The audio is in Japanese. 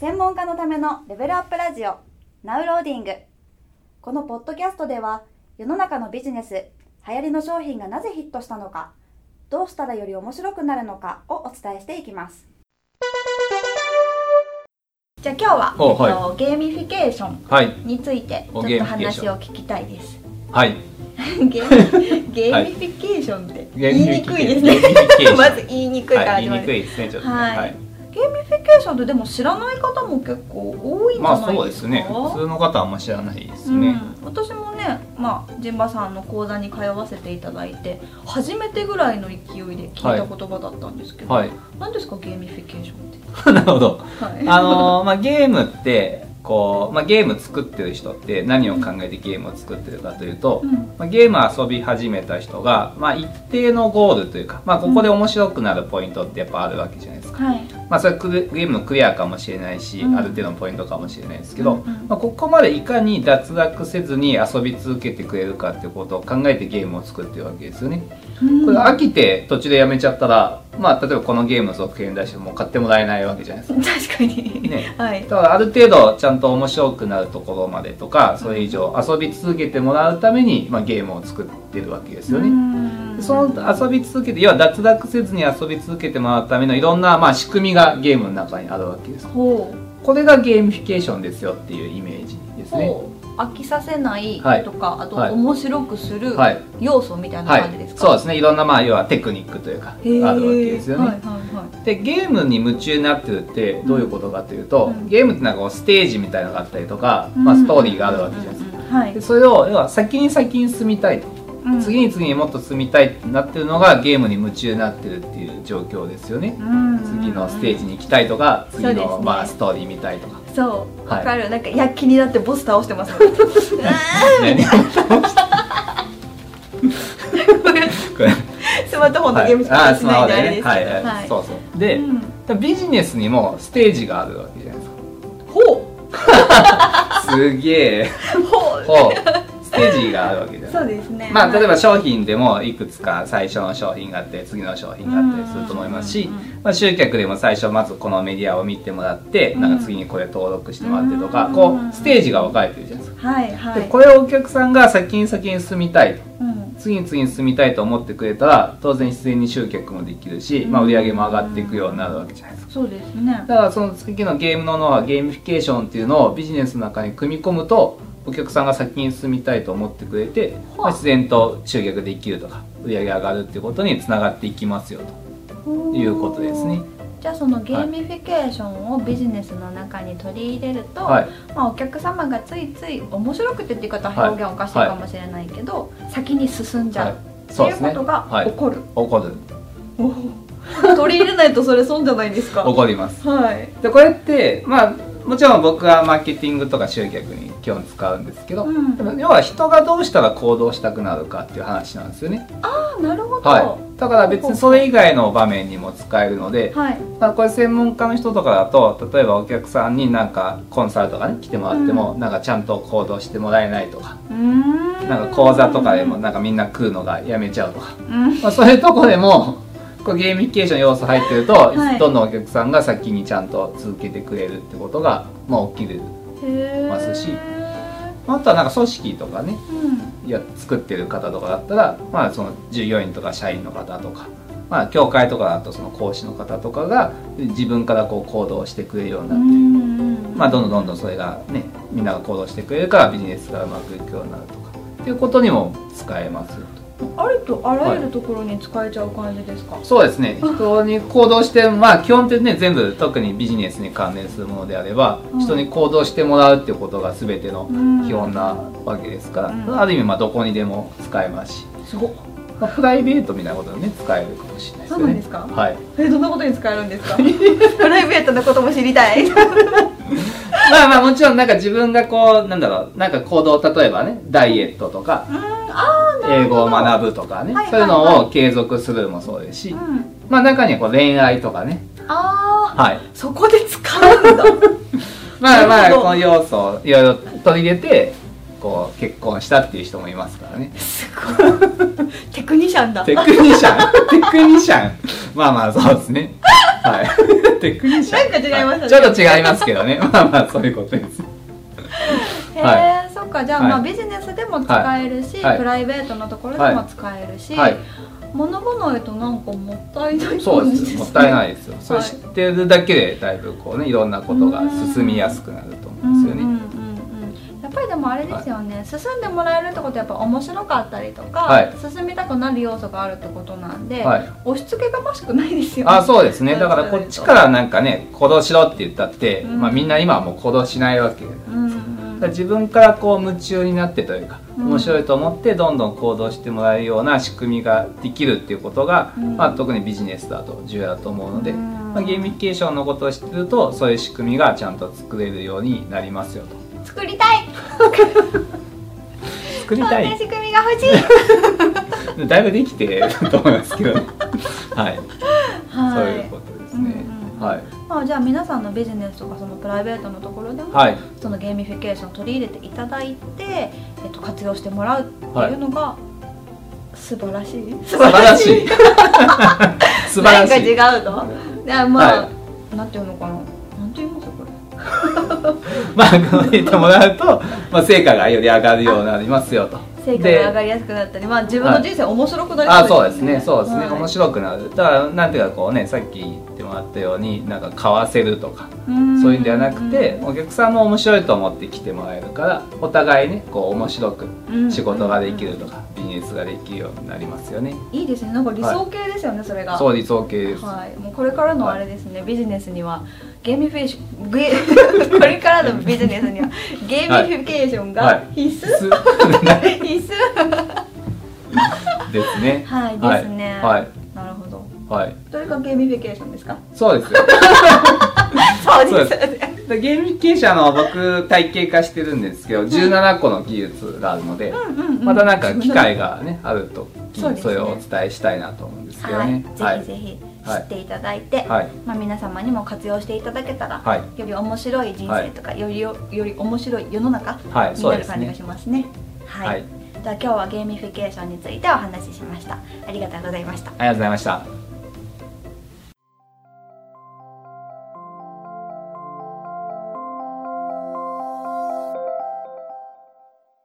専門家のためのレベルアップラジオナウローディングこのポッドキャストでは世の中のビジネス流行りの商品がなぜヒットしたのかどうしたらより面白くなるのかをお伝えしていきますじゃあ今日は、おはいえっと、ゲーミフィケーションはいについてちょおっゲーとミフィケーシ話ョンを聞きたいですはいゲーゲーミフィケーションって言いにくいですねゲーミフィケーショ ンまず言いにくいからはい始言まいるにくいですねちょっとねははいい、ゲーミフィケーションってでも知らない方も結構多いんじまゃあなそういでですすか、ね普通の方はあんま知らないですうんね、私もね、まあ、陣馬さんの講座に通わせていただいて初めてぐらいの勢いで聞いた言葉だったんですけど、はい 何ですかゲーミフィケーションって、なるほどはい、あのーまあゲームってこう、まあ、ゲーム作ってる人って何を考えてゲームを作ってるかというと、うんまあ、ゲームを遊び始めた人が、まあ、一定のゴールというか、まあ、ここで面白くなるポイントってやっぱあるわけじゃないですかはいまあ、それはクリゲームのクリアかもしれないし、うんある程度のポイントかもしれないですけど、うんうんまあ、ここまでいかに脱落せずに遊び続けてくれるかっていうことを考えてゲームを作ってるわけですよね。これ飽きて途中でやめちゃったら、まあ、例えばこのゲームの続編に出しても買ってもらえないわけじゃないですか。うん確かに、ねはいだからある程度ちゃんと面白くなるところまでとかそれ以上遊び続けてもらうために、まあ、ゲームを作ってるわけですよね。ねその遊び続けて要は脱落せずに遊び続けてもらうためのいろんな、まあ、仕組みがゲームの中にあるわけですほこれがゲーミフィケーションですよっていうイメージですうねほう飽きさせないはいとか、あとはい面白くするはい要素みたいなは感じでいすか、そうですねいろんなまあ要はテクニックというかあへるーわけですよね、はいはいはいでゲームに夢中になってるってどういうことかというと、うんゲームってなんかこうステージみたいなのがあったりとか、うんまあ、ストーリーがあるわけじゃないですうか、んうんうんはいでそれを要は先に先に進みたいと、うん次に次にもっと進みたいってなってるのがゲームに夢中になってるっていう状況ですよね、次のステージに行きたいとかうんうん次そうですのねまあストーリー見たいとかそうはいわかる、なんか躍起になってボス倒してますもん うわねーこれスマートフォンのゲームしはいかあしないんであれですけど、はいはいはいそうそうで、うんビジネスにもステージがあるわけじゃないですほうか すげえほうこうステージがあるわけじゃないそうですねまあ例えばば商品でもいくつか最初の商品があって次の商品があったりすると思いますしうんうんうんまあ、集客でも最初まずこのメディアを見てもらってうんなんか次にこれ登録してもらってとかうんこうステージが分かれてるじゃないですはいはかいでこれをお客さんが先に先に進みたいとうん次に次に進みたいと思ってくれたら当然自然に集客もできるし、まあ、売り上げも上がっていくようになるわけじゃないですかそうですねだからその次のゲームのノウハウゲーミフィケーションっていうのをビジネスの中に組み込むとお客さんが先に進みたいと思ってくれて、はあまあ自然と集客できるとか売り上げ上がるっていうことにつながっていきますよということですね。じゃあそのゲーミフィケーションをビジネスの中に取り入れると、はい、まあ、お客様がついつい面白くてっていう方は表現おかしいかもしれないけど、先に進んじゃう、はい、ってそういでうすこね。とがはい起、こる、怒るおー 取り入れないとそれ損じゃないですか怒ります。はいでこれってまあもちろん僕はマーケティングとか集客に基本使うんですけど、うんでも要は人がどうしたら行動したくなるかっていう話なんですよね。あなるほどはい、だから別にそれ以外の場面にも使えるので、はいまあ、これ専門家の人とかだと例えばお客さんになんかコンサルとかね来てもらっても、うなんかちゃんと行動してもらえないとか、うーんなんか講座とかでもなんかみんな食うのがやめちゃうとか、うんまあ、そういうとこでもこうゲーミフィケーションの要素入ってると、はいどんどんお客さんが先にちゃんと続けてくれるってことが、まあ、起きるへーますしあとはなんか組織とかねうんいや作ってる方とかだったら、まあ、その従業員とか社員の方とか、まあ、教会とかだとその講師の方とかが自分からこう行動してくれるようになうって、んまあ、どんどんどんどんんそれがねみんなが行動してくれるからビジネスがうまくいくようになるとかっていうことにも使えますよとありとあらゆるところに使えちゃう感じですか、そうですね人に行動してまあ基本的にね全部特にビジネスに関連するものであれば、うん人に行動してもらうっていうことが全てのうん基本なわけですから、うんある意味まあどこにでも使えますし。すごっまあ、プライベートみたいなことでね使えるかもしれないですそよねうなんですかはいえどんなことに使えるんですかプライベートなことも知りたいまあまあもちろんなんか自分がこうなんだろうなんか行動例えばねダイエットとか英語を学ぶとかね、はいはいそういうのを継続するもそうですし、うんまあ中にはこう恋愛とかねああはいそこで使うんだまあまなあるほどこの要素をいろいろ取り入れてここう結婚したっていう人もいますからねすごいテクニシャンだ テクニシャンテクニシャンまあまあそうですねはい テクニシャンなんか違いますよねはちょっと違いますけどね まあまあそういうことですへえ、そっかじゃあ,、まあはいビジネスでも使えるし、はいプライベートのところでも使えるし、はい学ばないとなんかもったいないそう感でじですすもったいいないですよそれ知ってるだけでだいぶこうねいろんなことが進みやすくなると思ううんんですようんうんねうんやっぱりでもあれですよね、進んでもらえるってことはやっぱ面白かったりとか、はい進みたくなる要素があるってことなんで、はい押し付けがましくないですよねあそうですねだからこっちからなんかね行動しろって言ったって、うんまあ、みんな今はもう行動しないわけだかうんうんら自分からこう夢中になってというかうん面白いと思ってどんどん行動してもらえるような仕組みができるっていうことが、うんまあ、特にビジネスだと重要だと思うので、うんまあ、ゲーミフィケーションのことを知ってるとそういう仕組みがちゃんと作れるようになりますよと作りたい作りそんたない仕組みが欲しいだいぶできてると思いますけ どねはい そうはいういことですねうんうんはいまあ、じゃあ皆さんのビジネスとかそのプライベートのところでも、はいそのゲーミフィケーションを取り入れていただいて、えっと、活用してもらうっていうのが、素晴らしい素素晴らしい 素晴らしいなんか違うのいやまあ、はなんていうのかななんて言いますこれまあ考えてもら うと、まあ、成果がより上がるようになりますよと。成果が上がりやすくなったりまあ自分の人生面白くなりあそそううですねそうですね、はい面白くなるだからなんていうかこうねさっき言ってもらったようになんか買わせるとかんそういうんじゃなくてお客さんも面白いと思って来てもらえるからお互いねこう面白くうん仕事ができるとかビジネスができるようになりますよねいいですねなんか理想系ですよね、それがそう理想系です、はい、もうこれからのあれですね、ビジネスにはゲーミフィケーションゲー これからのビジネスにはゲーミフィケーションはがい必須、す必須 ですねはいですねはいなるほどはい、はい、どれがゲーミフィケーションですかそうですよそううでですねでゲーミフィケーションは僕体系化してるんですけど17個の技術があるので、うんうんうんまたなんか機会がねあるときそうでにすねそれをお伝えしたいなと思うんですけどはいね、はい、ぜひぜひ知はいっていただいて、はいまあ、皆様にも活用していただけたら、はいより面白い人生とか、よりよより面白い世の中にはいそうなでるすね感じがしますね。はい、はいじゃあ今日はゲーミフィケーションについてお話ししました。ありがとうございました。ありがとうございました